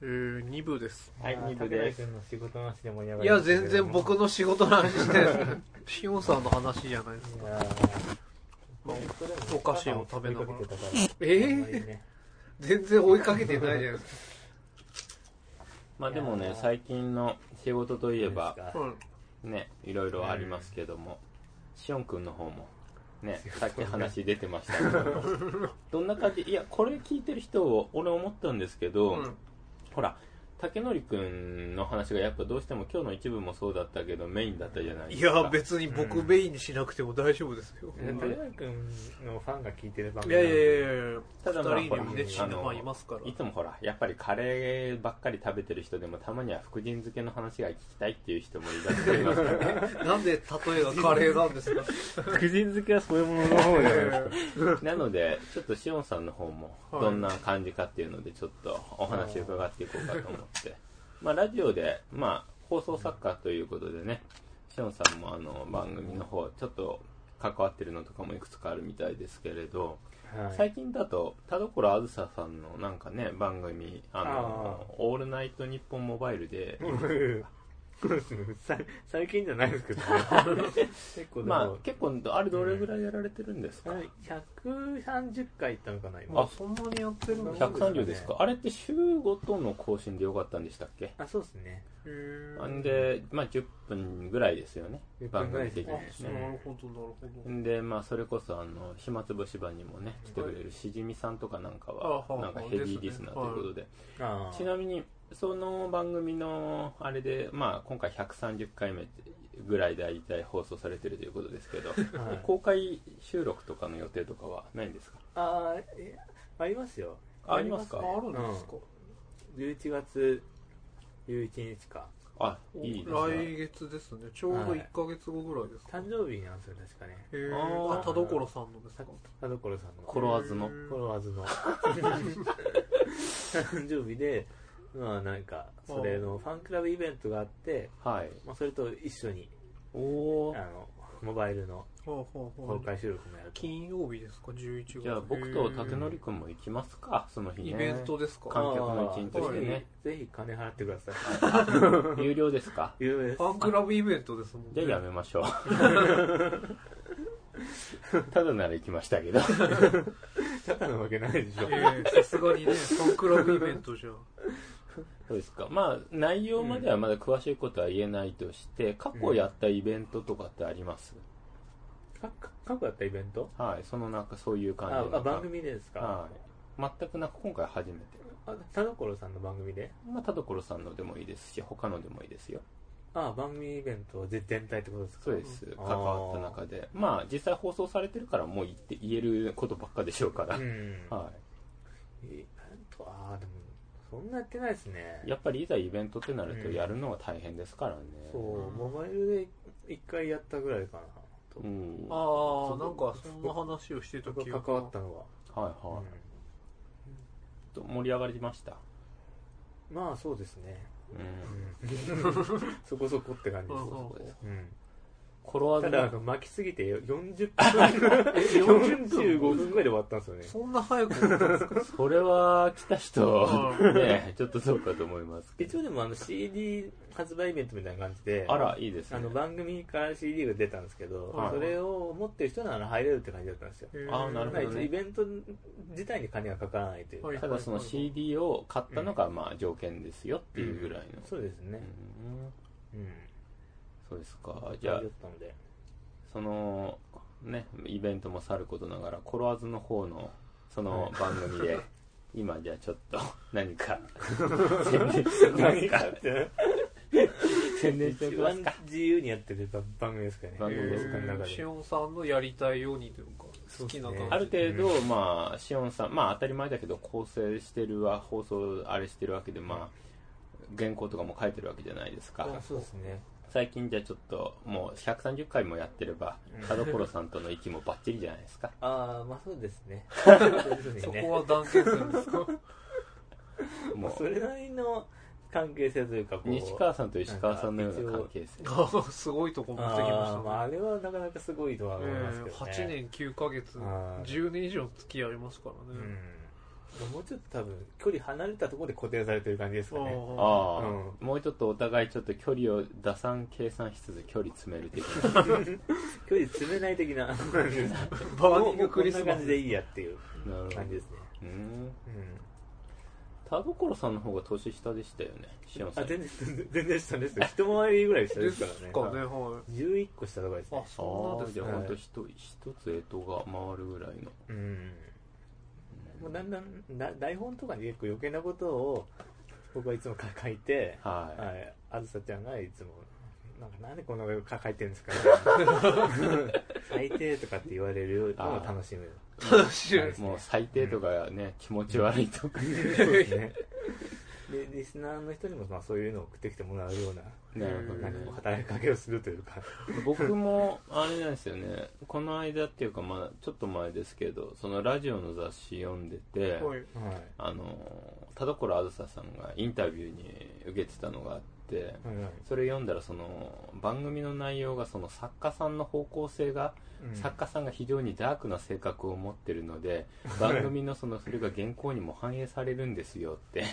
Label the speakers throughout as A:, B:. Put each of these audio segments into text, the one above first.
A: えー、2部です
B: はい、
C: あー
B: 二部で
C: 拓
B: す
C: 也。君の仕事の話で盛り上が
A: い
C: り
A: や
C: ましたけれど
A: 全
C: も
A: 然僕の仕事の話して ないですシオンさんの話じゃないです
C: い
A: か
C: やー
A: お菓子を食べながら
C: 追いかけてたか
A: ええ
C: あんまりね
A: 全然追いかけてないじゃないです
B: まあでも
C: いや
B: ね
C: ー、
B: 最近の仕事といえば、
C: どうです
A: か、
C: か
A: うん、
B: ね、いろいろありますけども、しおんくんの方も、ね、さっき話出てましたけども、 どんな感じ、いや、これ聞いてる人を、俺思ったんですけど、
A: うん
B: ほら、竹典くんの話がやっぱどうしても今日の一部もそうだったけど、メインだったじゃないで
A: い
B: すか。
A: や別に僕メインにしなくても大丈夫ですよ、
C: え豊原君のファンが聞いてる
A: い
C: 番組
A: や
C: ないん
A: や
C: で
A: いやいやいや
B: ただまあ
A: 2人にも
C: ほ
A: ね
C: ら
A: 死ぬ
B: あ
A: 間
B: の
A: いますから
B: いつもほら、やっぱりカレーばっかり食べてる人でも、たまには福神漬けの話が聞きたいっていう人もいらっしゃいますから、
A: なんで例えがカレーなんですか
B: 福神漬けはそういうものの方じゃないですか。 なので、ちょっとしおんさんの方も、
A: はい
B: どんな感じかっていうので、ちょっとお話を伺っていこうかと思って。まあ、ラジオで、まあ、放送作家ということでね、しおんさんもあの、番組の方、ちょっと関わってるのとかもいくつかあるみたいですけれど、
C: はい
B: 最近だと、田所あずささんのなんかね、番組、あの、オールナイトニッポンモバイルで、
C: さ最近じゃないですけどね結構でも、
B: まあ、結構、あれどれぐらいやられてるんですか、
C: 130回いったのかな今
A: あそんなにやってるの
C: そうですね
B: 130ですかあれって週ごとの更新でよかったんでしたっけ
C: あそうですね
A: へー
B: んで、まあ、10分ぐらいですよね
C: 10
B: 番
C: 分ぐら
B: 組
C: いです
B: 的
C: ね
B: には
A: なる
B: ね
A: ほどなるほど
B: んでまあそれこそあの暇つぶし場にもね来てくれるしじみさんとかなんかは
A: あはあ
B: なんかヘビーリスナーということで
C: あ
B: ちなみにその番組のあれでまあ今回130回目ぐらい大体放送されてるということですけど
C: みに
B: 公開収録とかの予定とかはないんですか
C: あーえありますよ
B: ありますか
A: あるんですか、
C: 11月11日か
B: あいいですね
A: 来月ですねちょうど1ヶ月後ぐらいですか、
C: 誕生日なんですよ確かね
A: へー
B: あー
A: あ田所さんのです
C: さ
A: か
C: 田所さんの
B: コロワズの
A: へー
C: フォロワーズの誕生日でまあなんかそれのファンクラブイベントがあって、
B: はい
C: まあ、それと一緒に
B: おお
C: あのモバイルの
A: ほうほうほ
C: 公
A: う
C: 開収録もやると
A: 金曜日ですか11月
B: じゃあ僕と竹
A: の
B: 典くんも行きますかその日ね
A: イベントですか、
B: 観客の一員としてね
C: ぜひぜひ金払ってください
B: 有料です か
C: 有名です
A: ファンクラブイベントですもんね
B: じゃあやめまし ょうただなら行きましたけど
C: ただなわけないでしょ
A: ええさすがにねファンクラブイベントじゃ
B: そうですかまあ内容まではまだ詳しいことは言えないとして過去やったイベントとかってあります、
C: かか過去やったイベント
B: はいそのなんかそういう感
C: あ
B: じの
C: あ番組でですか、
B: はい全くなんか今回初めて
C: あ田所さんの番組で
B: まあ田所さんのでもいいですし他のでもいいですよ
C: あ番組イベントぜ全体ってことですか
B: そうです
C: ん
B: 関わった中でまあ実際放送されてるからもう言って言えることばっかでしょうから、
C: うん
B: はい
C: イベントああでもそんなやってないですね
B: やっぱりいざイベントってなると
C: うん
B: やるのは大変ですからね、
C: そうモバイルで一回やったぐらいかなと
B: うん
A: あ
B: はい
A: あなんかそんな話をしてた記憶
C: 関わったのは、
B: は
C: う
B: い、と盛り上がりました、
C: んまあそうですね、
B: うん
C: そこそこって感じです
A: うん、
B: そうです
C: うん
B: コロワ
C: た
B: ー
C: だあ
B: ズ
C: の
B: の
C: 巻きすぎて40分
A: 40
C: 45分ぐらいで終わったんですよね
A: そんな早くなったんですか
B: それは来た人
A: う
B: ねちょっとそうかと思いますけ
C: 一
B: ど
C: 応でもあの CD 発売イベントみたいな感じで
B: あらいいですね
C: あの番組から CD が出たんですけど、
B: はい
C: それを持ってる人なら入れるって感じだったんですよ
A: へえ
B: あーなるほどね
C: まあ一応イベント自体に金がかからないというか、
A: はい
B: ただその CD を買ったのがまあ条件ですよっていうぐらいの、
C: そうですね
B: うん
C: うん、
B: そうですかじゃあ
C: 感だったので
B: そのねイベントもさることながらコロワーズの方のその番組 で、今じゃあちょっと何か宣伝しておきます
C: 何か
B: か
C: って
B: 宣伝してお
C: 一
B: きます
C: 番
B: か
C: 自由にやってる番組ですかね
B: 番組ですか
C: 僕の中
A: ええ
C: で
A: しおんさんのやりたいようにというか好きな感じ
C: そうですね
B: ある程度、まあ、しおんさん、まあ、当たり前だけど、構成してるわ、放送、あれしてるわけで、まあ、原稿とかも書いてるわけじゃないですか。
C: あそうですね
B: 最近じゃあちょっと、もう130回もやってれば、田所さんとの息もバッチリじゃないです か。
C: ああまあそうですね
A: そ
C: そ
A: こ
C: こは
A: は断言するんですか
B: も、
C: そうれなりの関係性というかこう
B: 西川さんと石川さんのような関係性。
A: あー すごいとこ持ってきました
C: あ
A: ね
C: ー、まあ、あれはなかなかすごいとは思いますけど、ね
A: 8年9ヶ月
C: あー
A: 10年以上付き合いますから
C: う
A: ね、
C: んもうちょっと多分、距離離れたところで固定されてる感じですかね。
A: ああ
B: ああ、
C: う
B: もうちょっとお互いちょっと距離を打算計算しつつ距離詰める的 な
C: 距離詰めない的な。
A: バーニ
C: もう
A: ン
C: も
A: グ
C: うこ
A: ク
C: ん
A: リス
C: な
A: マ
C: 感
A: ス
C: じでいいやっていう
B: なるほど
C: 感じですね。
B: うん
C: うん
B: 田所さんの方が年下でしたよねしおんさ
C: あ
B: ん
C: 全然全然全然下ですよ一回りぐらい下
A: で
C: です
A: か
C: すか
A: ね
C: らね
A: は
C: 11個下とかです
A: いあ
C: ね
B: そ
A: そうう
B: な
A: なんん
B: で
A: ですす
B: よ
A: ね
B: 本当一人一つ干支が回るぐらいの
C: うんもうだんだんだ台本とかに結構余計なことを僕はいつも書いて、
B: はい、
C: はい、あずさちゃんがいつもなんかなんでこんなこと書いてるんですか 最低とかって言われるのも楽しむ
A: 楽しいです
B: もう最低とかね、気持ち悪いとか
C: そうですねでリスナーの人にもまあそういうのを送ってきてもらうような
B: なるほどね
C: 何か働きかけをするというか
B: 僕もあれなんですよねこの間っていうかまあちょっと前ですけどそのラジオの雑誌読んでて、
A: はい
C: はい
B: あの田所あずささんがインタビューに受けてたのがあって
C: はいはい
B: それ読んだらその番組の内容がその作家さんの方向性が、
C: うん
B: 作家さんが非常にダークな性格を持ってるの で番組のそのそれが原稿にも反映されるんですよって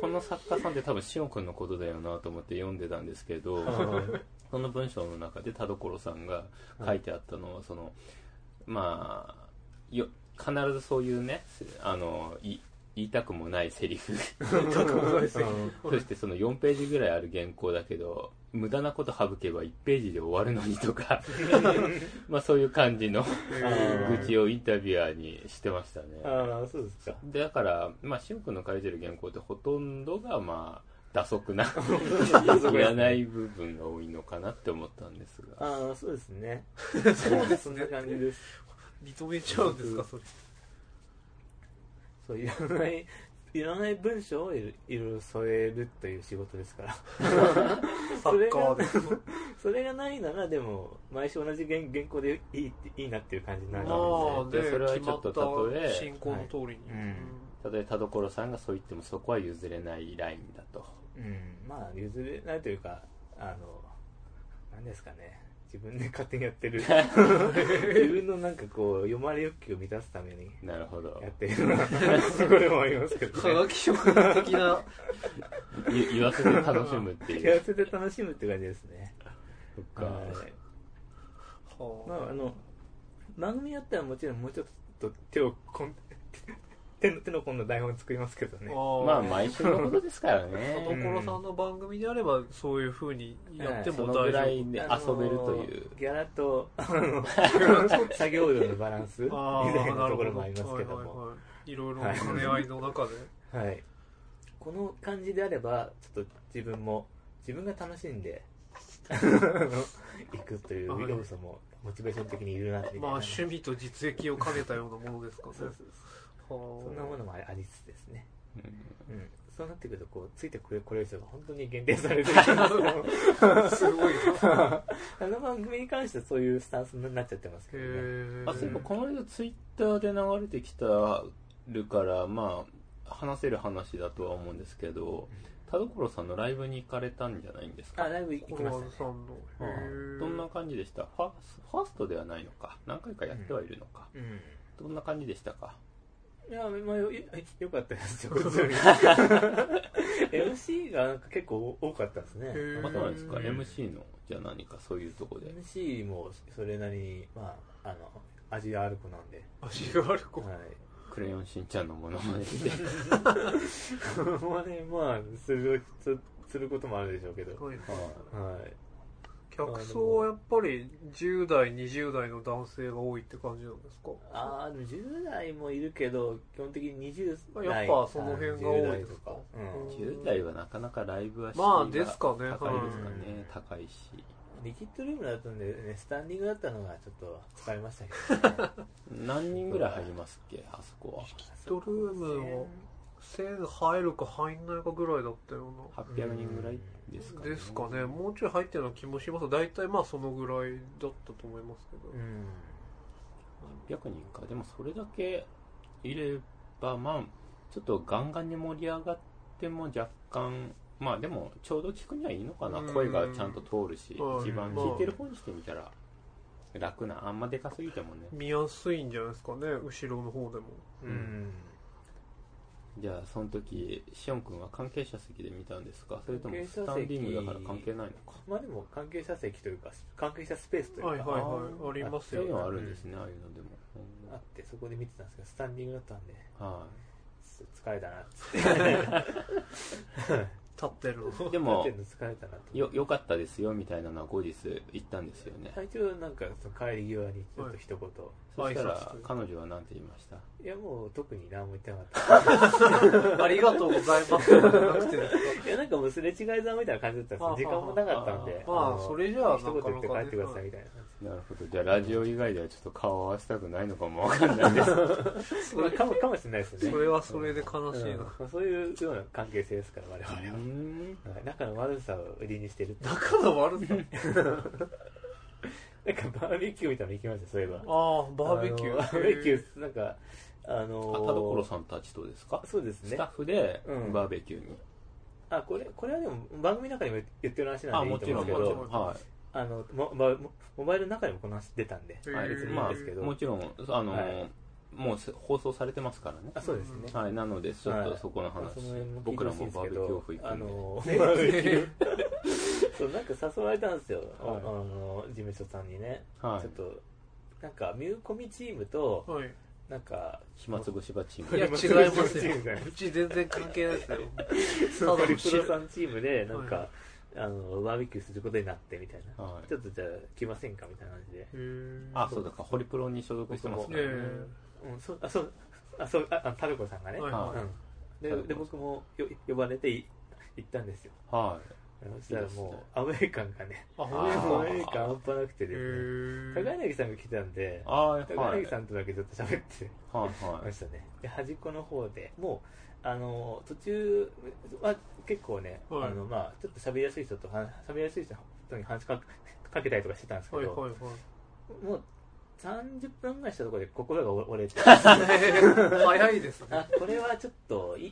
B: この作家さんって多分しおんくんのことだよなと思って読んでたんですけど
C: はい
B: その文章の中で田所さんが書いてあったのはその、まあよ必ずそういうねあのい言いたくもないセ リフ
C: うん
B: そしてその4ページぐらいある原稿だけど無駄なこと省けば1ページで終わるのにと かまあそういう感じの
C: ー
B: 愚痴をインタビュアーにしてましたね
C: ああそうですか
B: でだから、まあ、しおんくんの書いてる原稿ってほとんどがまあ打足 ないらない部分が多いのかなって思ったんですが
C: ああそうですね
A: そうです
C: そん
A: ね
C: な感じです
A: 認めちゃうんですかそれ
C: そういらないいらない文章をいろいろ添えるという仕事ですから
A: サッカーです
C: それがないならでも毎週同じ原原稿でいいっていいなっていう感じにな
A: ま
C: る
B: ん
A: あ
B: で
A: ね
B: それはち
A: 決
B: ょ
A: ま
B: っ
A: っ
B: と
A: た
B: 例え
A: 進行の通りに
C: はいうん
B: 例えば田所さんがそう言ってもそこは譲れないラインだと
C: うんまあ譲れないというかあの何ですかね自分で勝手にやってる自分のなんかこう読まれ欲求を満たすために
B: なるほど
C: やってるような ところもありますけど
A: 科
C: ね
A: 学職人的な
B: い言わせて楽しむって
C: 手
B: い
C: 合わ
B: う
C: せて楽しむって感じですね
B: そっか
C: はいま
A: は
C: ああの番組やったらもちろんもうちょっと手をこん 手の手の込んだ台本作りますけどね
A: あ
B: まあ
A: あ
B: 毎週のことですから
A: 田
B: ね
A: 所さんの番組であればそういう風にやって
B: そ
A: も
B: の
A: 大丈
B: ぐら
A: 夫
B: いで
C: あの
B: 遊べるという
C: ギャラとあの 作業量のバランスみ
A: あ
C: たい
A: あ
C: な
A: なるほ
C: ところ
A: ど
C: もありますけども
A: はいはいはい、いろいろな兼ね合いの中で、
C: はいこの感じであればちょっと自分も自分が楽し んであの行くという要素もモチベーション的にいるなみたいな
A: まあ趣味と実益を兼ねたようなものですかね
C: そうそうそうそんなものもありありつつですねうん、そうなってくるとこうついてくれこれる人が本当に限定されてる
A: はあすごいな
C: あの番組に関してはそういうスタンスになっちゃってますけどね
A: へ
B: あそういえばこの間ツイッターで流れてきたるからまあ話せる話だとは思うんですけど田所さんのライブに行かれたんじゃないんです
C: あ
B: か
C: ライブ行きましたね
A: さんのへー
B: どんな感じでしたファースファーストではないのか何回かやってはいるのか、
C: うん
B: どんな感じでしたか
C: いや、まあ、よよよかったですよ MC がなんか結構多かったですね
A: へー
B: またなんですか、
A: うん
B: MC のじゃあ何かそういうとこで
C: MC もそれなりにまああの味がある子なんで、
A: 足が悪く
C: は
B: クレヨンしんちゃんのものまでして
C: い、 まあねまあするすすることもあるでしょうけど、
A: はい
C: はい、
A: 客層はやっぱり10代20代の男性が多いって感じなんですか
C: ああでも10代もいるけど基本的に20
A: や
C: 代
A: っぱその辺が多いですか
C: 30代とか、
B: 10代はなかなかライブは敷居が
A: まあですかね
B: 高いですかね、
C: うん
B: 高いし
C: うん、リキッドルームだったんで、ね、スタンディングだったのがちょっと疲れましたけど、ね、
B: 何人ぐらい入りますっけあそこ
A: ドルームも1000入るか入んないかぐらいだったよ
B: は800人ぐらいですか
A: うな
B: ね
A: ですかねもうちょい入ってるような気もします大体まあそのぐらいだったと思いますけど
C: うん
B: 800人かでもそれだけいればまあちょっとガンガンに盛り上がっても若干まあでもちょうど聞くにはいいのかな
A: うん
B: 声がちゃんと通るし
A: はい
B: 一番聞いてる方にしてみたら楽なあんまでかすぎてもね
A: 見やすいんじゃないですかね後ろの方でも
C: う
B: うんんじゃあその時しおんくんは関係者席で見たんですかそれとも
C: 関係者席
B: スタンディングだから関係ないのか
C: まあでも関係者席というか関係者スペースというか、
A: はいはいはいありますよ
B: そういうのはあ
A: ね
B: るんですね、ああいうのでも、うん
C: あってそこで見てたんですけどスタンディングだったんで
B: は
C: ちょっと疲れたなっつって
A: 立ってるの
B: い、で
C: 立っ
B: も
C: てるの疲れたなと
B: よ良かったですよみたいなのは後日言ったんですよね、
C: 一応なんかその帰り際にちょっと一言、
B: そした
A: 挨拶
B: ら
A: という
B: 彼女は何て言いました
C: い、やもう特に何も言ってなかっ
A: ありがとうございますじゃなくてですか
C: たいやなんかもうすれ違いざまみたいな感じだったんです
A: あ
C: よ時間もなかったんで
A: ああ
C: の
A: それじゃあ
C: 一言言って帰ってくださいみたいな
B: なるほどじゃあラジオ以外ではちょっと顔を合わせたくないのかもわかんないです
A: そ
C: まあ
A: れ
C: かもかもしれないですね
A: それはそれで悲しい
C: うん
A: な
C: まあそういうような関係性ですから我々は、
B: うん
C: はい仲の悪さを売りにしてるって
A: 仲の悪さ
C: なんかバーベキューみたいなの行きましたそういえば
A: ああバーベキュー
C: あのバーベキューなんかあの
B: あ田所さんたちとですか
C: そうです
B: ス
C: ね
B: タッフで
C: うん
B: バーベキューに、
C: あこれこれはでも番組の中にも言ってる話な
B: あ
C: んでい
B: も
C: いと
B: ちろ
C: 思うんんです
B: もちろ
C: けど
B: んはい
C: あのモモモモバイルの中でもこの話出たんで、
A: へー
B: はい
C: 別にいい
B: ま
C: んですけど、
B: あ、もちろん、あの、
C: はい
B: もう放送されてますからね
C: あ。そうですね、
B: はい、なので、ちょっ
C: は
B: と
C: い
B: そこの
C: まあ
B: 話
C: その辺、も聞い
B: 僕
C: て
B: ら
C: ほしいん
B: もバ
C: ですけ
B: ーベキューオフ行
C: どあ
B: くんで。
C: の
A: ね
C: バーベ キューそうなんか誘われたんですよ、
B: はい
C: あの事務所さんにね、
B: は
C: ちょっ
B: い。
C: となんかミューコミチームと
A: はい
C: なんか
B: 暇つぶしばチー
A: い
B: ム。
A: や違いますよ
C: ミューコミチームじゃないう
A: ち全然関係ないですよ
C: その
A: ただ
C: ホ
A: の
C: リ
A: 知
C: プロ
A: る
C: さんチームでなんか、
A: は
C: あのバーベキューすることになってみたいな、
B: はい
C: ちょっとじゃあ来ませんかみたいな感じで
A: へー
B: あ、そうだか、ホリプロに所属してますから
A: え
B: ね。
C: うん、そあそうあそうああタルコさんがね、
A: はい
B: は
C: うん、
B: タ
C: で
B: ルコ
C: で僕もよ呼ばれてい行ったんですよ
B: は
C: そしたら
B: いいです
C: も
B: ね
C: うアウェー感がね
A: あ
C: アウ
A: 本
B: ー
A: 当
C: ェー感半端なくて
A: へ
C: ですね高
A: ー
C: 柳さんが来たんで
B: い。あー
C: 高
B: はい。
C: 柳さんとだけちょっと喋って
B: はい、は
C: ま
B: い。
C: したねで端っこの方でもうあの途中は結構ね、
A: はい
C: あのまあ、ちょっと喋りやすい人とは喋りやすい人に話しかかけたりとかしてたんですけ
A: はい
C: ど、
A: はい
C: もう30分ぐらいしたところで心が 折れて
A: はい早いですね
C: あこれはちょっとい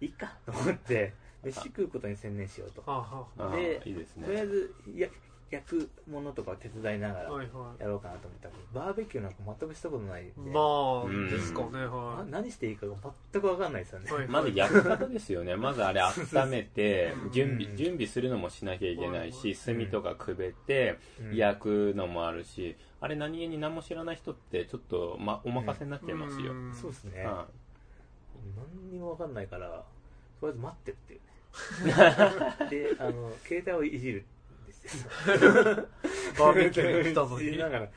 C: いいかと思って飯食うことに専念しようとと
A: はあは
B: あ
C: で
B: ーいいです
C: りあえ
B: ね。
C: ずや焼くものとかを手伝いなが
A: あ
C: ら
A: はいは
C: やろうかなと思ったらバーベキューなんか全くしたことないん
A: い
C: で、
A: まあ
B: うん
A: ですかね
C: あ
A: は
C: 何していいかが全く分かんないですよね、
A: いはい
B: まず焼き方です よね。まずあれ温めて
A: うん、
B: 準備、準備するのもしなきゃいけないし、炭とかくべて、
C: うん
B: 焼くのもあるし、あれ何気に何も知らない人って、ちょっと、ま、お任せになっちゃいますよ。
A: ん
C: そうですね、
B: は
C: 何にも分かんないからとりあえず待ってっていう ねであの携帯をいじるんですよ
A: バーベキューに来たの
C: いじり
A: に
C: ながら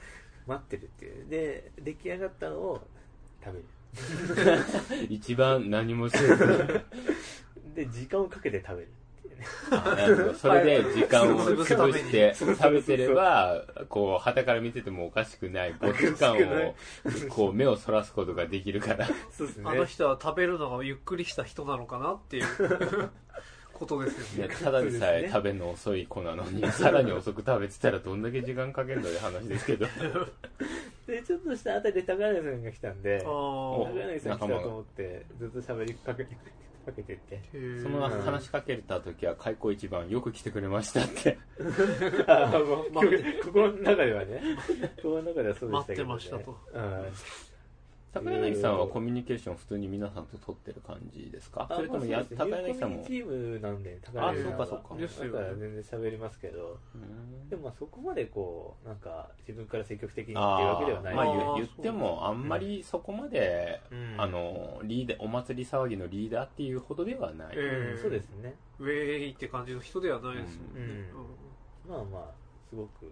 C: 待ってるっていうで出来上がったのを食べる
B: い一番何もせ ず。
C: で時間をかけて食べるっていうね
B: あなるほどそれで時間を潰して食べてれば、こう、旗から見ててもおかしくない没時間を、こう、目をそらすことができるから。
C: そうですね
A: あの人は食べるのがゆっくりした人なのかなっていうことです
B: い
A: よ
B: や
A: ね
B: ただでさえ食べるの遅い子なのに、さらに遅く食べてたらどんだけ時間かけるので話ですけど。
C: でちょっとしたあたりで高柳さんが来たんで
A: あ
C: 高
A: あ
C: 柳さん来たと思ってずっと喋りかけかけて って
A: へー
B: その話しかけた時は開口一番よく来てくれましたって。
C: あもう今 日心の中ではね心の中ではそうでした
A: 待っ
C: けど、ね、
A: てましたと
C: うん
B: 高柳さんはコミュニケーション普通に皆さんと取ってる感じですかそれともや、高柳さんも
C: チ。ームなんで高
B: あ、
C: 柳
B: そ
C: さ
B: うんかそうか。
A: ですよね
C: だから全然喋りますけど
B: うん
C: でもまあそこまでこうなんか自分から積極的にっていうわ
B: あ
C: けではな
B: ー
C: い
B: まあ
A: よ
B: 言
A: あー
B: う言ってもあんまりそこまで、
C: うん
B: あのリーダーお祭り騒ぎのリーダーっていうほどではない、
A: え
C: うんそうですね
A: ウェイって感じの人ではないですもんね、
C: うんまあまあすごく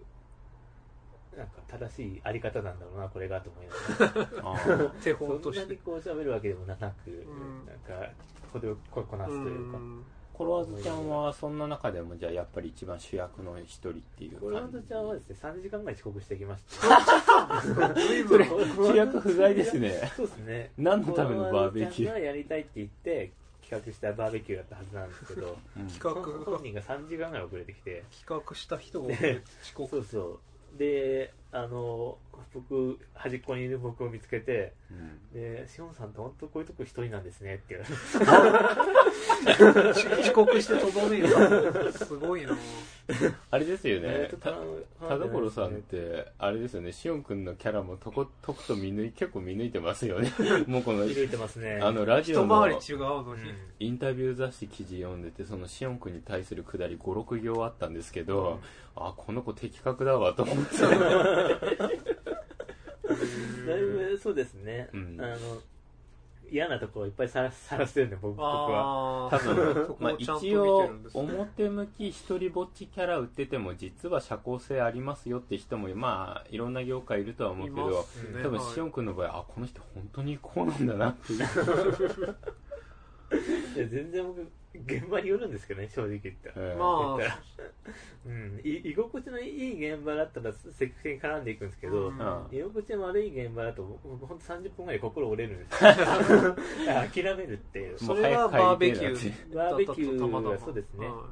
C: なんか正しいあり方なんだろうなこれがと思いながら
B: あー
A: うん手本
C: そ
A: と
C: んな
A: し
C: に
A: て
C: こう喋るわけでもなく、
A: ん
C: なんかこれをここなすというか、
A: ん
B: コロワズちゃんはそんな中でもじゃあやっぱり一番主役の一人っていう
C: ゴルワンド
B: 感
C: ちゃんはですね3時間ぐらい遅刻してきました
A: 随
B: そ
A: 分
B: れ主役不在ですね
C: そうですね
B: 何のためのバーベキ
C: ゴ
B: ュ
C: ルワンドちゃん
B: ー
C: がやりたいって言って企画したバーベキューだったはずなんですけど
B: うん
A: 企画
C: 本人が3時間ぐらい遅れてきて
A: 企画した人が遅刻
C: そうそうであの僕端っこにいる僕を見つけて
B: うん
C: 「でシオンさんって本当こういうとこ一人なんですね」って言われて
A: 遅刻してとどめるすごいな
B: あれですよ
C: え
B: ね
C: っと、
B: た田所さんっ
C: ファンじゃないですね
B: てあれですよねしおんくんのキャラもとことくと見抜い結構見抜いてますよね もうこの
C: ひどいてますね
B: あのラジオ
A: 一回
B: の
A: り違うの
C: う
A: に、
C: ん
B: インタビュー雑誌記事読んでてそのしおんくんに対するくだり56行あったんですけど、あこの子的確だわと思 って
C: だいぶそうですね、
B: うん
C: あの嫌なところいっぱいさらさらしてるんで僕僕は
A: あ
B: 多
A: あ
B: 分、まあ、
A: ちゃんと見
B: 一
A: て
B: 応
A: るんですね
B: 表向き一人ぼっちキャラ売ってても実は社交性ありますよって人もまあいろんな業界いるとは思う
A: い
B: け
A: ま
B: ど
A: すね
B: 多分
A: はい
B: しおんくんの場合あこの人本当にこうなんだなっていう
C: いや全然僕現場によるんですけどね正直言ったら、
B: うん
A: ま
C: 言
A: あ
C: ったらうん、い居心地のいい現場だったら積極的に絡んでいくんですけど、
A: うん
B: うん
C: 居心地の悪い現場だと僕ほんと30分ぐらいで心折れるんですよ諦めるっていう、
A: それはバーベキュー
C: もう早く帰りてえなって
A: だったとたまたま
C: バーベキューはそうですね
A: は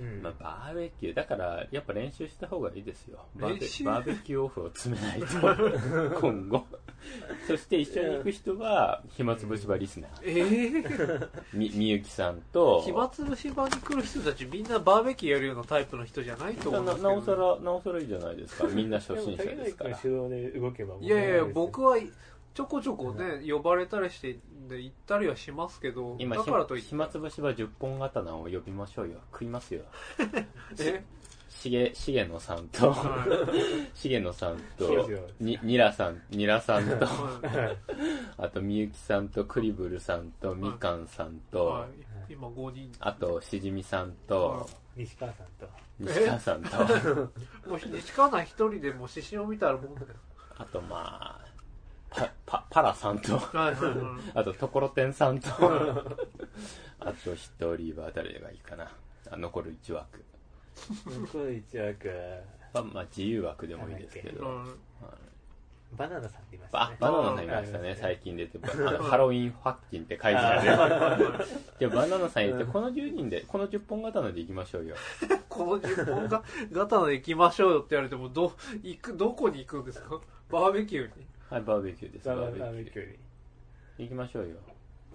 C: うん
B: まあ、バーベキューだからやっぱ練習した方がいいですよバーベ
A: 練習
B: バーベキューオフを詰めな いと今後そして一緒に行く人は暇つぶし場リスナー
A: いええ
B: みみゆきさんと
A: 暇つぶし場に来る人たちみんなバーベキューやるようなタイプの人じゃないと思
B: な
A: うんで
B: な
A: すけ
B: な
A: ど、
B: おさらなおさらいいじゃないですかみんな初
C: でも
B: 心者
C: 竹
B: で
C: 内
B: すか
C: 君
B: ら
C: 主導で動けば
A: いやいやいや僕
C: は
A: はちょこちょこね、呼ばれたりしてで行ったりはしますけど
B: 今
A: だからといって
B: 暇つぶしは10本刀を呼びましょうよ食いますよ
A: え、
B: しげしげのさんと
A: はい
B: しげのさん
C: そうで
B: と
C: すよ
B: ににらさんにらさんと
A: は
B: あとみゆきさんとクリブルさんとみかんさん
A: い
B: と、
A: はい、今5人
B: あとしじみさんと
C: 西川さんと
B: 西川さんと
A: もう西川さん一人でもう獅子を見たらもうね
B: あとまあパパパラさんと
A: はいはいはい
B: あとところてんさんとあと一人は誰がいいかなあ残る1枠
C: 向井一枠
B: はまあ自由枠でもいいですけど、
A: うん
B: はい
C: バナナさんって言いました
B: あ
C: ね、
B: バナナさんいましたね、最近出 て、あのハロウィンファッキンって書いて
C: あ
B: あ
C: ー
B: る
A: はいはいはい
B: じゃあバナナさん入れて、この10人で、この10本刀でいきましょうよ。
A: この日本が刀で行きましょうよって言われてもど行くどこに行くんですかバーベキューに
B: はい、バーベキューです、
C: バ
B: バ
C: ナナ
B: ーベ
C: ミ
B: キュ
C: ク
B: ー。行きましょうよ。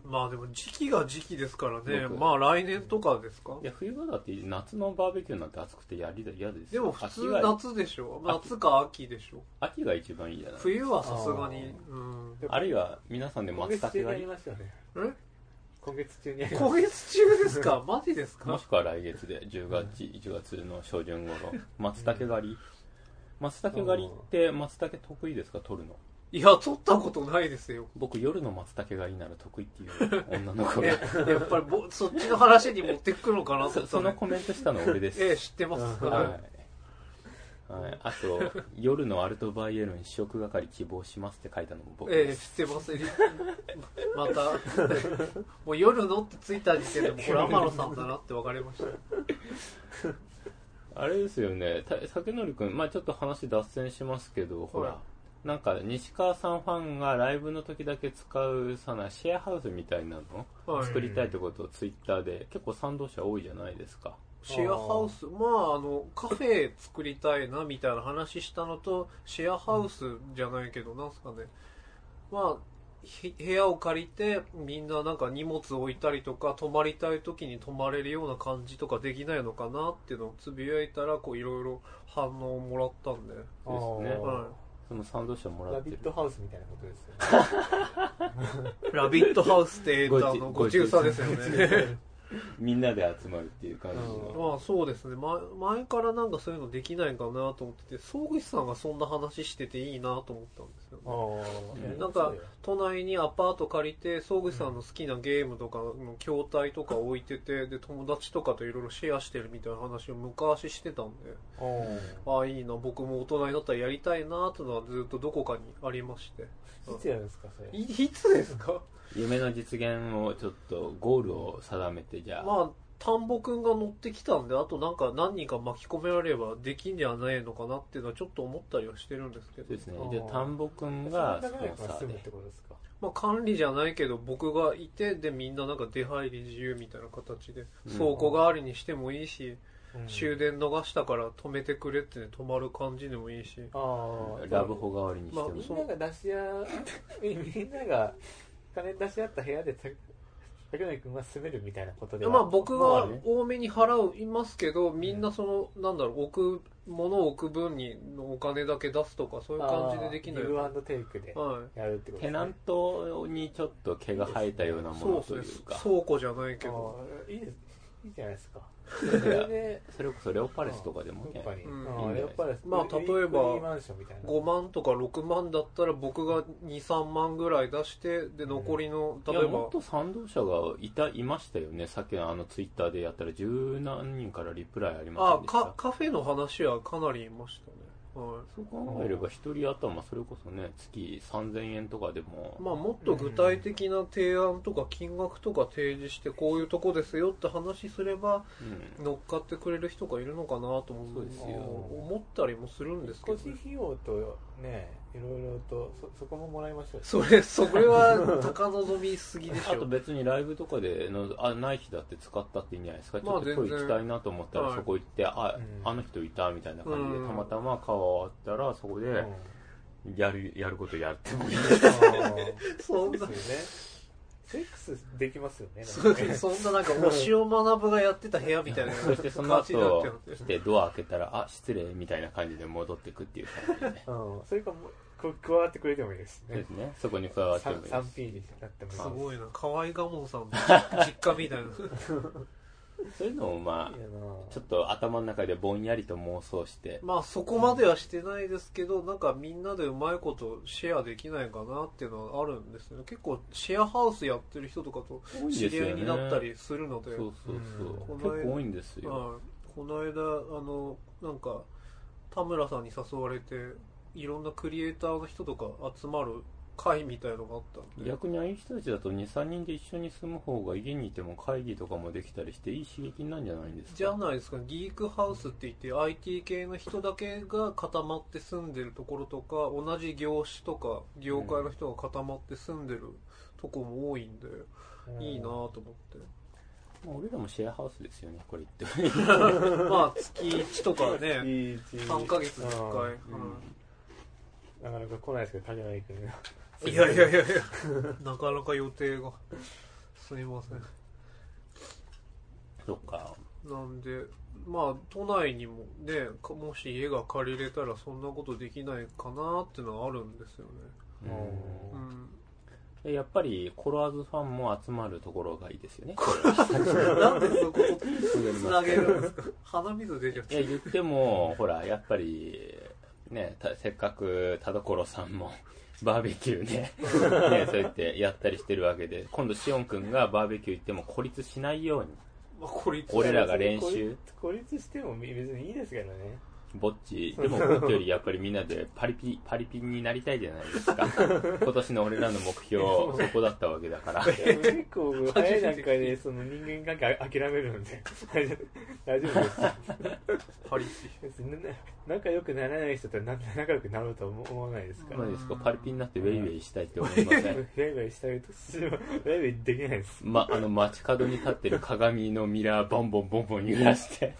A: まあでも時期が時期ですからね
B: 僕
A: まあ来年とかですか
B: いや、冬場だって夏のバーベキューなんて暑くてやりだ、嫌です
A: で
B: よ。
A: も普通
B: 秋が、
A: 夏でしょ夏か秋でしょ
B: 秋が一番いいじゃない
A: 冬はさすがに
B: あるいは皆さんで
C: 今
B: 松
C: 月中
B: 茸
C: にや
B: がい
C: り
B: い。
C: ましょうね
A: うん
C: 今月中にや
A: え
C: りましょ
A: 今月中です かマジです
B: も
A: か
B: しくは来月で、10月、1月の初旬 頃。松茸狩り。松茸狩りって、松茸得意ですか取るの。
A: いや取ったことないですよ
B: 僕、夜の松茸狩りなら得意っ ていう女の子
A: え
B: が。
A: やっぱりぼそっちの話に持ってくのかなと思
B: そ
A: った
B: その
A: ね
B: コメントしたの俺です。
A: ええ知ってます
C: うん
A: は
B: はい。はい、あと、夜のアルトバイエルン試食係希望しますって書いたのも
A: い
B: 僕
A: ええ
B: です。
A: 知ってますま たもう夜のってついた時点でもうこれ天野さんだなって分かりました
B: あれですよね、た竹則くん、まあちょっと話脱線しますけど、ほら
A: は、
B: なんか西川さんファンがライブの時だけ使うさな、シェアハウスみたいなの、
A: はい
B: 作りたいってことをツイッターで、結構賛同者多いじゃないですか。
A: シェアハウスまああのカフェ作りたいなみたいな話したのとシェアハウスじゃないけど、なんすかねまあひ部屋を借りてみんななんか荷物置いたりとか泊まりたい時に泊まれるような感じとかできないのかなっていうのをつぶやいたらこういろいろ反応をもらったんで、
B: です
C: う
B: ね
C: あ
A: は
B: その賛同者も
C: ー
B: ら
C: ラ
B: って
C: ビッ
B: る。
C: トハウスみたいなことですよね
A: い、ラビットハウスってえーとあの
B: ご
A: ご
B: ち
A: 中佐ですよね
B: みんなで集まるっていう感じ
C: う
B: の。
A: まあそうですね、ま、前からなんかそういうのできないかなと思ってて総口さんがそんな話してていいなと思ったんですよね
B: うん
A: なんか都内にアパート借りて総口さんの好きなゲームとかの筐体とか置いててで友達とかといろいろシェアしてるみたいな話を昔してたんでああいいな僕も大人になったらやりたいなっていうのはずっとどこかにありまして
C: いつやるんですかそれ
A: いいつですか
B: 夢の実現をちょっと、ゴールを定めて、じゃあ、
A: まあ田んぼくんが乗ってきたんであとなんか何人か巻き込められればできんじゃないのかなっていうのはちょっと思ったりはしてるんですけ
B: そう
A: ど
B: ですね
C: あー
B: じゃあ田んぼくんがス
C: そんな長い
B: ポ
C: か
B: ンサー
C: ら住むっ
B: で
C: てことですか
A: まあ、管理じゃないけど僕がいてでみんななんか出入り自由みたいな形で
B: うん
A: 倉庫代わりにしてもいいし、
C: うん
A: 終電逃したから止めてくれって、ね、止まる感じでもいいし
C: あー
B: ラブホ代わりにしても
A: ま
B: い
A: あ
B: い
A: そ
C: みんなが出し合みんなが金出し合った部屋でた竹内君は住めるみたいなこと
A: い
C: で
A: や
C: は
A: まあ僕
B: まあ
A: は
B: ね
A: 多めに払いますけど、みんなその、なんだろう、置く、物を置く分にのお金だけ出すとか、そういう感じでできない。
C: ギブア
A: は
C: ンドテイクで
A: い。
C: やるってこと
B: テナントにちょっと毛が生えたようなも
A: そ
B: の
A: う
B: とい
A: で
B: う
A: すね
B: か。
A: 倉庫じゃないけ
C: あ
A: ど。
C: ーいいですいいじゃないですか
B: そ
C: それ
B: れ
C: で
B: こそレオパレスとかでもね
C: やっぱり
A: うん
C: うんやっぱり
A: まあ例えば
C: ウィークリーマンションみたいな
A: 5万とか6万だったら僕が2、3万ぐらい出して、で、残りの、
B: い
A: 例
B: や
A: え
B: も
A: ば
B: っ、と賛同者がいたいましたよねさっきのあのツイッターでやったら十何人からリプライありませ
A: あ
B: ん、でした
A: か、カフェの話はかなりいましたね。はい。
B: そう考えれば一人頭それこそね月3000円とかでも、
A: まあ、もっと具体的な提案とか金額とか提示してこういうとこですよって話すれば
B: うん
A: 乗っかってくれる人がいるのかなと思
B: そう
A: う
B: ですよ
A: 思ったりもするんですけ
C: 少
A: ど
C: し
A: ね、
C: 費用とねいろいろとそそこももらいましょう
A: それそれは高望みすぎでし
B: あと
A: ょ
B: 別にライブとかでのあない日だって使ったっていいんじゃないですか、
A: まあ
B: ちょっと今日行
A: 全
B: き
A: 然
B: たいなと思ったら
A: はい
B: そこ行って、あ
C: うん
B: あの人いたみたいな感じ
A: う
B: で
A: ん
B: たまたま顔を合ったらそこ
C: うん
B: でやるやることやってもいい
C: あー
A: そん
C: そう
A: な
C: ですよねセックスできますよね
A: そ
C: なんかね
A: そんななんか推しを学ぶがやってた部屋みたいな
B: そしてその
A: 感じになっ
B: 後
A: てます
B: 来てドア開けたら、あ、失礼みたいな感じで戻って くっていう感じでね。
C: うんそれかもうこ加わってくれてもいいです
B: そうで
C: ね
B: すね。そこに加わってもいいです。
C: 3P になってもいい
A: す
C: です
A: ごいな河合我門さんの実家みたいな
B: そういうのをま
C: いい
B: あ、
C: よな
B: ちょっと頭の中でぼんやりと妄想して、
A: まあそこまではしてないですけど、なんかみんなでうまいことシェアできないかなっていうのはあるんですよね。結構シェアハウスやってる人とかと
B: 多いん
A: 知
B: です
A: り
B: よ
A: 合
B: ね
A: いになったりするので、
B: そうそうそう。
A: うん
B: 結構多いんですよ。
A: はいこの間、あの、なんか田村さんに誘われて、いろんなクリエイターの人とか集まる会みたいのがあったんで、
B: 逆にああいう人たちだと2、3人で一緒に住む方が家にいても会議とかもできたりしていい刺激になるんじゃないんですか
A: じゃないですか、ギークハウスって言って IT 系の人だけが固まって住んでるところとか、同じ業種とか業界の人が固まって住んでるとこも多いんで、いいなと思って。
B: まあ俺らもシェアハウスですよね、これ言って。
A: まあ月1とか ね、
C: いいチーム
A: 3ヶ月に1回。
C: なかなか来ないですけど竹内君が
A: うんいやいやいやいや、 なかなか予定が。すいません。
B: そっか。
A: なんで、まあ都内にもね、かもし家が借りれたらそんなことできないかなってのはあるんですよね。
B: うん
A: うん。
B: でやっぱり、コロワーズファンも集まるところがいいですよね。
A: なんでそこをつ
B: つ
A: なげるんですか鼻水出ちゃっ
B: い
A: て。
B: や言ってもほらやっぱりねたせっかく田所さんも バーベキューねねそうやってやったりしてるわけで今度しおんくんがバーベキュー行っても孤立しないように
A: まあこれ一応
B: 俺らが練習
C: 孤立孤立しても別にいいですけどね
B: ぼっちでもぼっちよりやっぱりみんなでパリピパリピになりたいじゃないですか今年の俺らの目標そこだったわけだから
C: 結構早い段階でその人間関係諦めるんで大丈夫です
A: パリピ。
C: 別にね仲良くならない人とな仲良くなろうとは思わないですから
B: どうですかパリピになってウェイウェイしたいって思いま せん
C: ライブイしたいとすればライブできないです
B: ま、あの街角に立ってる鏡のミラーボンボンボンボン揺らして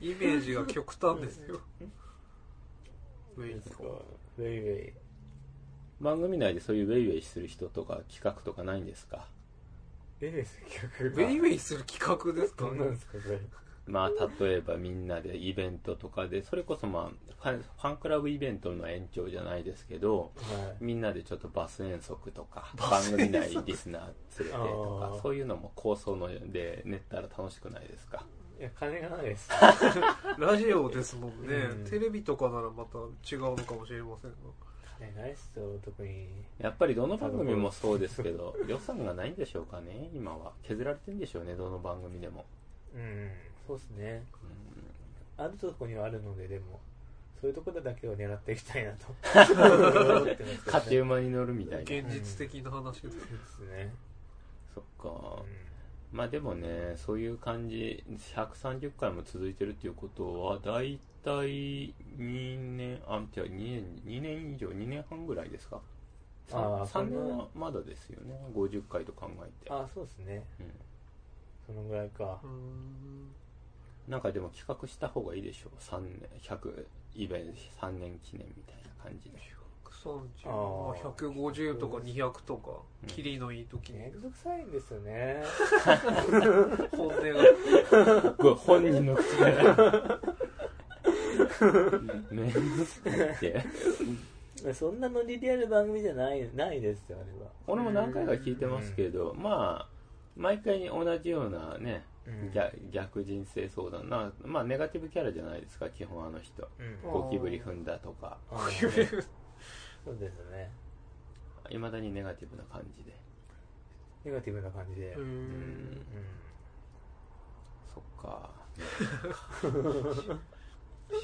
A: イメージが極端ですよ。ウェイ
C: そうウェイウェイ
B: 番組内でそういうウェイウェイする人とか企画とかないんですか
C: ウェイウェイする企
A: ウェイウ
C: ェイ
A: ェイする企画ですか
C: どんなんですかそれ
B: まあ例えばみんなでイベントとかでそれこそまあファンファンクラブイベントの延長じゃないですけど
C: はい
B: みんなでちょっとバス遠足とか番組内リスナー連れてと
C: あ
B: か
C: ー
B: そういうのも構想ので練ったら楽しくないですか
C: いや金がない です
A: ラジオですもんね、
C: うん
A: テレビとかならまた違うのかもしれませんが。
C: 金ないっすよ特に
B: やっぱりどの番組もそうですけど予算がないんでしょうかね今は削られてんでしょうねどの番組でも、
C: うんそうっすね
B: うん
C: あるとこにはあるのででもそういうところだけを狙っていきた いなと思ってますけどね
B: 勝手馬に乗るみたいな
A: 現実的な話です。
C: そうですね、
B: そっか
C: う
B: まあでもね、そういう感じ、130回も続いてるっていうことは、だいたい2年、あ、違う、2年、2年以上、2年半ぐらいですか
C: あー
B: 3,
C: そんな
B: 年はまだですよね、50回と考えて
C: ん。あそうですね
B: うん
C: そのぐらいか
A: うーん
B: なんかでも企画した方がいいでしょう、3年、100イベント、3年記念みたいな感じで。
A: 130、
C: あ
A: まあ、
C: ー
A: 150とか200とか、
B: うん
A: キリのいい時に
C: め、んどくさいんですよね。
A: 本 音が。
B: これ本人の口から。 めんどくさいって。
C: そんなノリでやる番組じゃない、ないですよ、あれは。
B: 俺も何回か聞いてますけど、まあ、毎回に同じようなね、
C: うん
B: 逆逆人生相談な、まあネガティブキャラじゃないですか、基本あの人。
C: うん。
B: ゴキブリ踏んだとか、
C: あ
A: こ
C: の
A: うい
C: ね
A: う
C: そうですね。
B: いまだにネガティブな感じで。
C: ネガティブな感じで。
A: う。
C: うん。
B: うんん、そっか。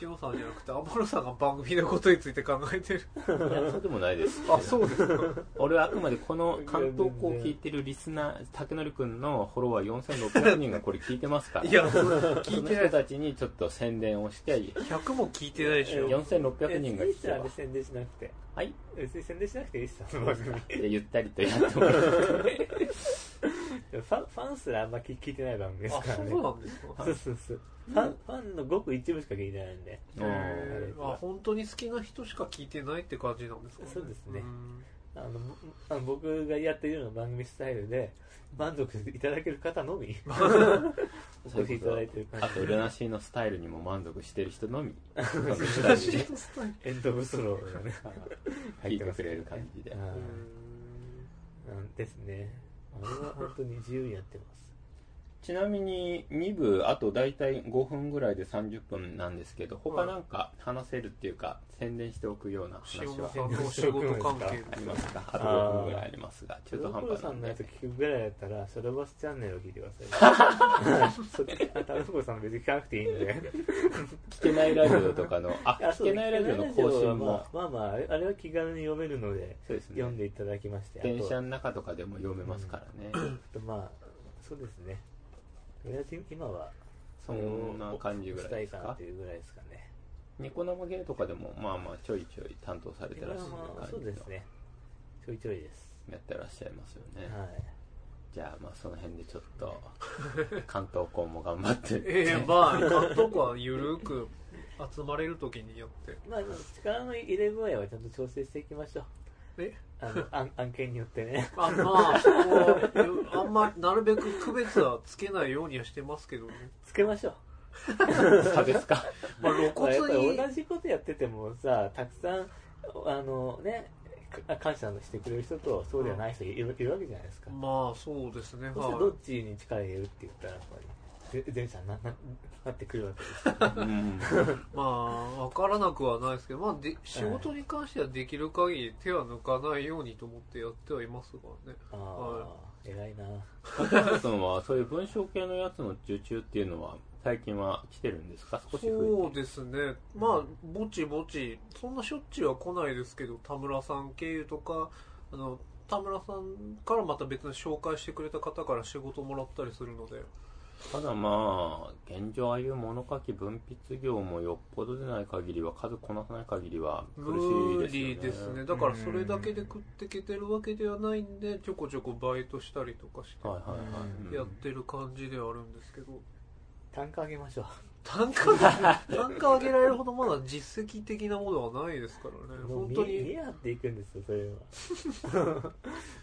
A: 塩さんじゃなくて、アマロさんが番組のことについて考えてる。
B: いや、そうでもないです。
A: あ、そうですか。
B: 俺はあくまでこの関東校を聞いてるリスナー、竹典くんのフォロワー4600人がこれ聞いてますから。
A: いや、それ聞
B: そ
A: いて
B: の
A: な
B: 人
A: い。
B: たちにちょっと宣伝をして、
A: 100も聞いてないでしょ。
B: 4600人が
C: い
B: 来
C: つ
B: て
C: あ
B: は
C: れ、宣伝しなくて。
B: はい、
C: 別に宣伝しなくていいっすよ、その番組。フ
B: でゆったりとやってもらう。
C: ァン、ファンすらあんま聞聞いてない番組です
A: あ
C: から、ね。
A: そうなんですか。
C: そうそうそう。ファン、ファンのごく一部しか聞いてないんで。
B: うん
A: へーあ本当に好きな人しか聞いてないって感じなんですか、
C: そうですね
A: ん
C: あの、ぼあの僕がやってるような番組スタイルで、満足いただける方のみ、 お越しいただいてる感
B: あ
C: じ。
B: と、ルナシーのスタイルにも満足してる人の み、
A: 難しいスタイル
C: エンドオブソロがね、
B: 聞いてくれる感じで。
C: は
A: う
C: いうんですね。あれは本当に自由にやっ てます。
B: ちなみに、2部、あと大体5分ぐらいで30分なんですけど、他なんか話せるっていうか、宣伝しておくような
A: ーん
B: 話
A: 塩
B: は
A: さんのお仕事関係。
B: ありますかあと
C: あー
B: 5分ぐらいありますが、中途半
C: ロ
B: 端
C: さ
B: なんん
C: のや
B: で
C: つ。聞くぐらいだったら、シャドーバスチャンネルを聞いてくだ さい。そっち、あ、タロコさん別に聞かなくていいんで。
B: 聞けないラジオとか の、あ、
C: あ
B: 聞けないラジオの更新も、
C: まあまあ、あれあれは気軽に読めるので、
B: そうですね
C: 読ん。でいただきまして、あと
B: 電車の中とかでも読めますからね。
C: あとまあ、そうですね。とりあえず今は、
B: そんな感じぐらいです
C: したいかな
B: か
C: って。いうぐらいですかね。
B: ニコ生ゲーとかでも、まあまあ、ちょいちょい担当されてらっしゃる
C: まあまあ
B: 感じ
C: そうです
B: の
C: ね。ちょいちょいです。
B: やってらっしゃいますよね。
C: はい。
B: じゃあ、まあ、その辺でちょっと、関東校も頑張って
A: ええまあ監督はゆるく集まれる時によって
C: まあ、力の入れ具合はちゃんと調整していきましょう。
A: え
C: あの、案案件によってね。
A: あまあそこはあんまなるべく区別はつけないようにはしてますけどね、
C: つけましょう。
B: 差ですか
A: まあ、露
C: まあ、
A: 骨
C: やっぱり
A: に
C: 同じことやっててもさ、たくさん、あのね、か感謝してくれる人と、そうではない人いるいるわけじゃないですか。
A: まあそうですね
C: そしたらど
A: は
C: っちに力入れるって言ったら、やっぱり、ぜ前者になななってくるわけです。
B: うん。
A: いまあ分からなくはないですけど、まあ、で仕事に関してはできる限り手は抜かないようにと思ってやってはいますからね
C: あ
A: は
C: あ、偉いな。
B: 高橋さんは、そういう文章系のやつの受注っていうのは、最近は来てるんですか少し
A: そ
B: 増
A: うですねまあぼちぼちそんなしょっちゅうは来ないですけど田村さん経由とかあの田村さんからまた別に紹介してくれた方から仕事もらったりするので
B: えて。ただまあ、現状ああいう物書き文筆業もよっぽどでない限りは、数こなさない限りは苦
A: 無
B: しい
A: 理
B: で
A: ですす
B: よね。
A: ねだからそれだけで食っていけてるわけではないんでちょこちょこバイトしたりとかし
B: はいはいは
C: う
B: い。
A: てやってる感じではあるんですけど
C: 単価上げましょう。
A: 単価が単価上げられるほどまだ実績的なものはないですからね
C: もう
A: 本
C: 見
A: 当
C: 見
A: に
C: え張っていくんですよそれは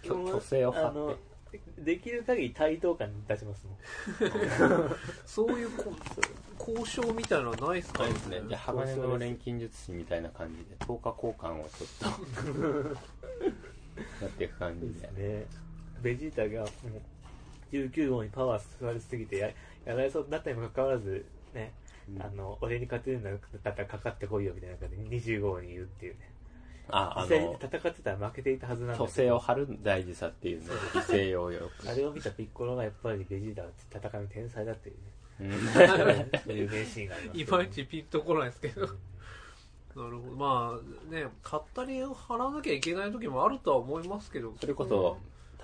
B: きょ虚勢を張って
C: あのできる限り対等感出しますもん
A: そういうこ交渉みたいなのはないですか
B: そ
A: ら
B: うですね。じゃあ、鋼の錬金術師みたいな感じで、10日交換をちょっ と、やっていく感じで。
C: ねベジータがもう19号にパワー吸われすぎてややられそうになったにもかかわらずね、
B: うん
C: あの俺に勝てるんだったらかかってこいよみたいな感じで20号に言うっていうね
B: あ、あ
C: 実際に
B: の、
C: 戦ってたら負けていたはずなんだ
B: 虚
C: け
B: 勢を
C: ど
B: 張る大事さっていうのを犠牲要領。
C: あ れを見たピッコロがやっぱりベジータは戦いの天才 だっていう
B: うん
C: ねそういう名シーンがあります
A: い
C: よね
A: まいちピンとこないですけど。なるほど。まあね、買ったりを払わなきゃいけない時もあるとは思いますけど。
B: それこそ、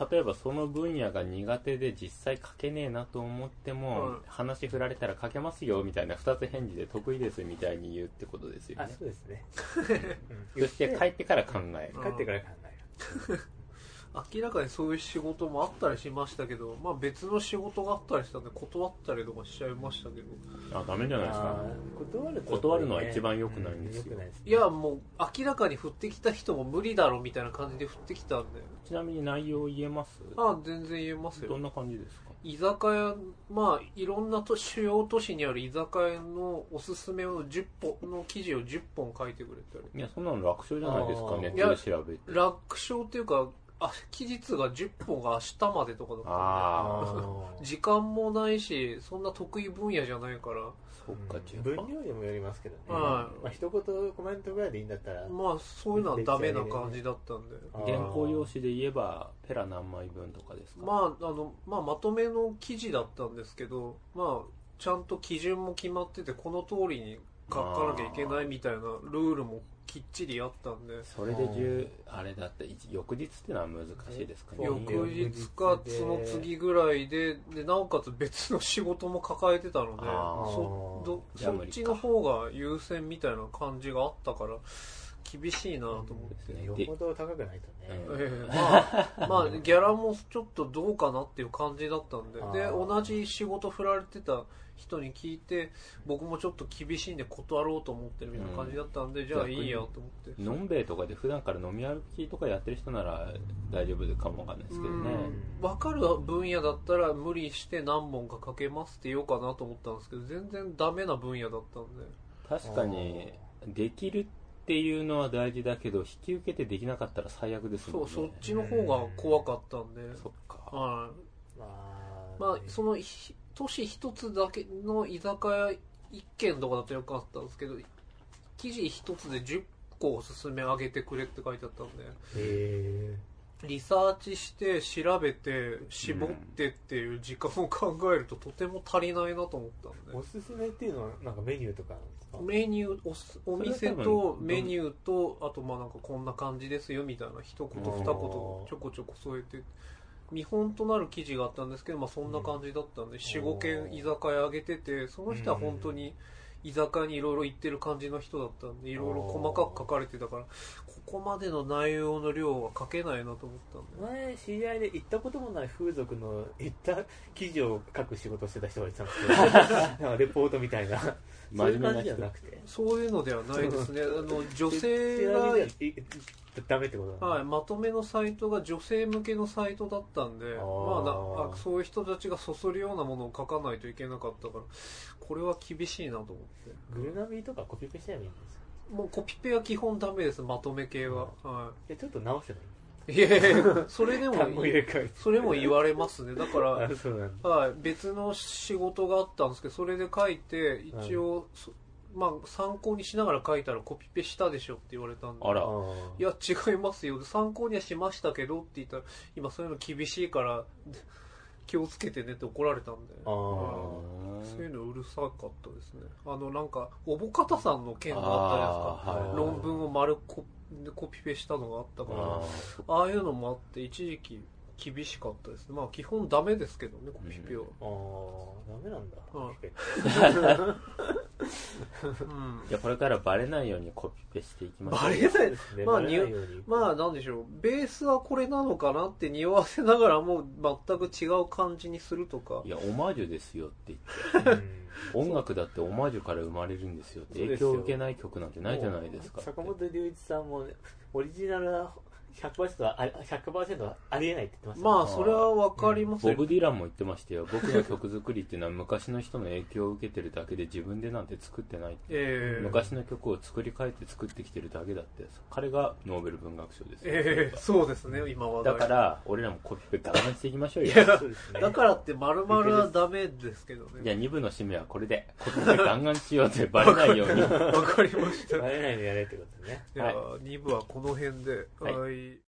B: 例えばその分野が苦手で実際書けねえなと思っても、
A: うん
B: 話振られたら書けますよみたいな二つ返事で得意ですみたいに言うってことですよ
C: あ
B: ね
C: そうですね、うん
B: そして帰ってから考える
A: うん
C: 帰ってから考える
A: 明らかにそういう仕事もあったりしましたけど、まあ別の仕事があったりしたんで断ったりとかしちゃいましたけど。
B: あダメじゃないですか
C: あー断るとやっぱりね
B: 断るのは一番良くないんですよ
C: う良くないです
A: いやもう明らかに振ってきた人も無理だろみたいな感じで振ってきたんで。
B: ちなみに内容言えます
A: あ全然言えます
B: ど
A: よ
B: ん。な感じですか
A: 居酒屋、まあいろんなと主要都市にある居酒屋のおすすめを10本、の記事を10本書いてくれたり。
B: いやそんなの楽勝じゃないですか
C: あー
B: ネットで調べて
A: 楽勝っていうか、あ期日が10本が明日までとかだったんで
B: ああ
C: あー
A: 時間もないしそんな得意分野じゃないから
B: そっか違
C: 分量にもよりますけどね、
A: うん
C: まあ一言コメントぐらいでいいんだったら、
A: まあそういうのはダメな感じだったんで
C: あー
B: 原稿用紙で言えばペラ何枚分とかですか
A: まああの、まあ、まとめの記事だったんですけどまあちゃんと基準も決まっててこの通りに書かなきゃいけないみたいなルールもきっちりあったんで
B: それで10あれだって一翌日っていうのは難しいですかね
A: 翌日かその次ぐらいででなおかつ別の仕事も抱えてたので
B: あ
C: ー
A: そど
B: じゃあ
A: そ
B: 無
A: っ
B: 理か
A: ちの方が優先みたいな感じがあったから厳しいなと思って。
C: よほど高くないとね、
B: うん
A: ええまあ、まあ、ギャラもちょっとどうかなっていう感じだったんで、で、
C: あー
A: 同じ仕事振られてた人に聞いて、僕もちょっと厳しいんで断ろうと思ってるみたいな感じだったんで、じゃあいいやと思って。
B: のんべえとかで普段から飲み歩きとかやってる人なら大丈夫かもわかんないですけどね
A: うんわかる分野だったら無理して何本か書けますって言おうかなと思ったんですけど、全然ダメな分野だったんで。
B: 確かにできるっていうのは大事だけど引き受けてできなかったら最悪です
A: そ
B: もん
A: う、
B: ね
A: そっちの方が怖かったんで。
B: そっか
A: はい。
C: ま
A: まあ、
C: ね
A: そのひ都市一つだけの居酒屋一軒とかだとよくあったんですけど、記事一つで10個おすすめ上げてくれって書いてあったんで、
C: へ
A: リサーチして、調べて、絞ってっていう時間を考えるととても足りないなと思った
C: え
A: んで
C: お。すすめっていうのはなんかメニューとかなんですか
A: メニュー、おすお店
B: それは多
A: と
B: 分
A: メニューと、あとまあなんかこんな感じですよみたいな一言二言ち
C: あ
A: ょ
C: ー
A: こちょこ添えて、見本となる記事があったんですけど、まあそんな感じだったんで、4、5軒居酒屋あげてて、その人は本当に居酒屋にいろいろ行ってる感じの人だったんで、いろいろ細かく書かれてたから、ここまでの内容の量は書けないなと思ったんで。
C: 前知り合いで行ったこともない風俗の行った記事を書く仕事をしてた人がいたんですけど なんかレポートみたいなそういう感じじゃなくて
A: そういうのではないですね。あの、女性
C: 知ら
A: が
C: ないじゃいダメってことなの
A: はい、まとめのサイトが女性向けのサイトだったんで、
C: あ
A: ま
C: ー
A: あなあ、そういう人たちがそそるようなものを書かないといけなかったから、これは厳しいなと思って。
C: グルナビとかコピペしちゃえばいいんですよ
A: もうコピペは基本ダメです、まとめ系は。は
C: でちょっと直せばいい
A: い。いやいやいやそれでも
C: 単語入れ替えて
A: それも言われますね。だから、
C: あそうなんだ
A: はい、別の仕事があったんですけど、それで書いて、一応、そまあ、参考にしながら書いたらコピペしたでしょって言われたんで。
B: あら
A: いや、違いますよ。参考にはしましたけどって言ったら、今そういうの厳しいから、 気をつけてねって怒られたんで。
C: あー
A: うんそういう
B: う
A: のうるさかったですね。あの、なんか、おぼかたさんの件があったじゃないですか。
C: あー
A: 論文を丸ココピペしたのがあったから、ああいうのもあって、一時期厳しかったですね。まあ、基本ダメですけどね、コピペは。
C: あーダメなんだ
A: うん
C: コピペって
A: うん。
B: じゃあこれからバレないようにコピペしていきましょう
A: バレない
C: です ね
A: まあ
C: バレないように
A: まあなんでしょう、ベースはこれなのかなって匂わせながらも全く違う感じにするとか
B: い、やオマージュですよって言って
C: うん
B: 音楽だってオマージュから生まれるんですよって
C: そうで
B: 影
C: すよ
B: 響を受けない曲なんてないじゃないですかって
C: 坂本龍一さんもオリジナルは100%はあり100%はありえないって言ってました
A: まあそれはわかります
B: ボ
A: よ
B: ブ・ディランも言ってましたよ僕の曲作りっていうのは昔の人の影響を受けてるだけで自分でなんて作ってないって
A: ええ
B: 昔の曲を作り変えて作ってきてるだけだって彼がノーベル文学賞ですよ
A: ええそうですね、今は。
B: だか、ら俺らもコピペガンガンしていきましょうよ
A: いや
C: そうですね
A: だからって丸々はダメですけど
B: じゃ
A: ね。
B: あ2部の締めはこれでコピペガンガンしようってバレないように
A: わかりました。い
C: バレないのやれってことね
A: や、2部はこの辺で。
B: はい
A: はい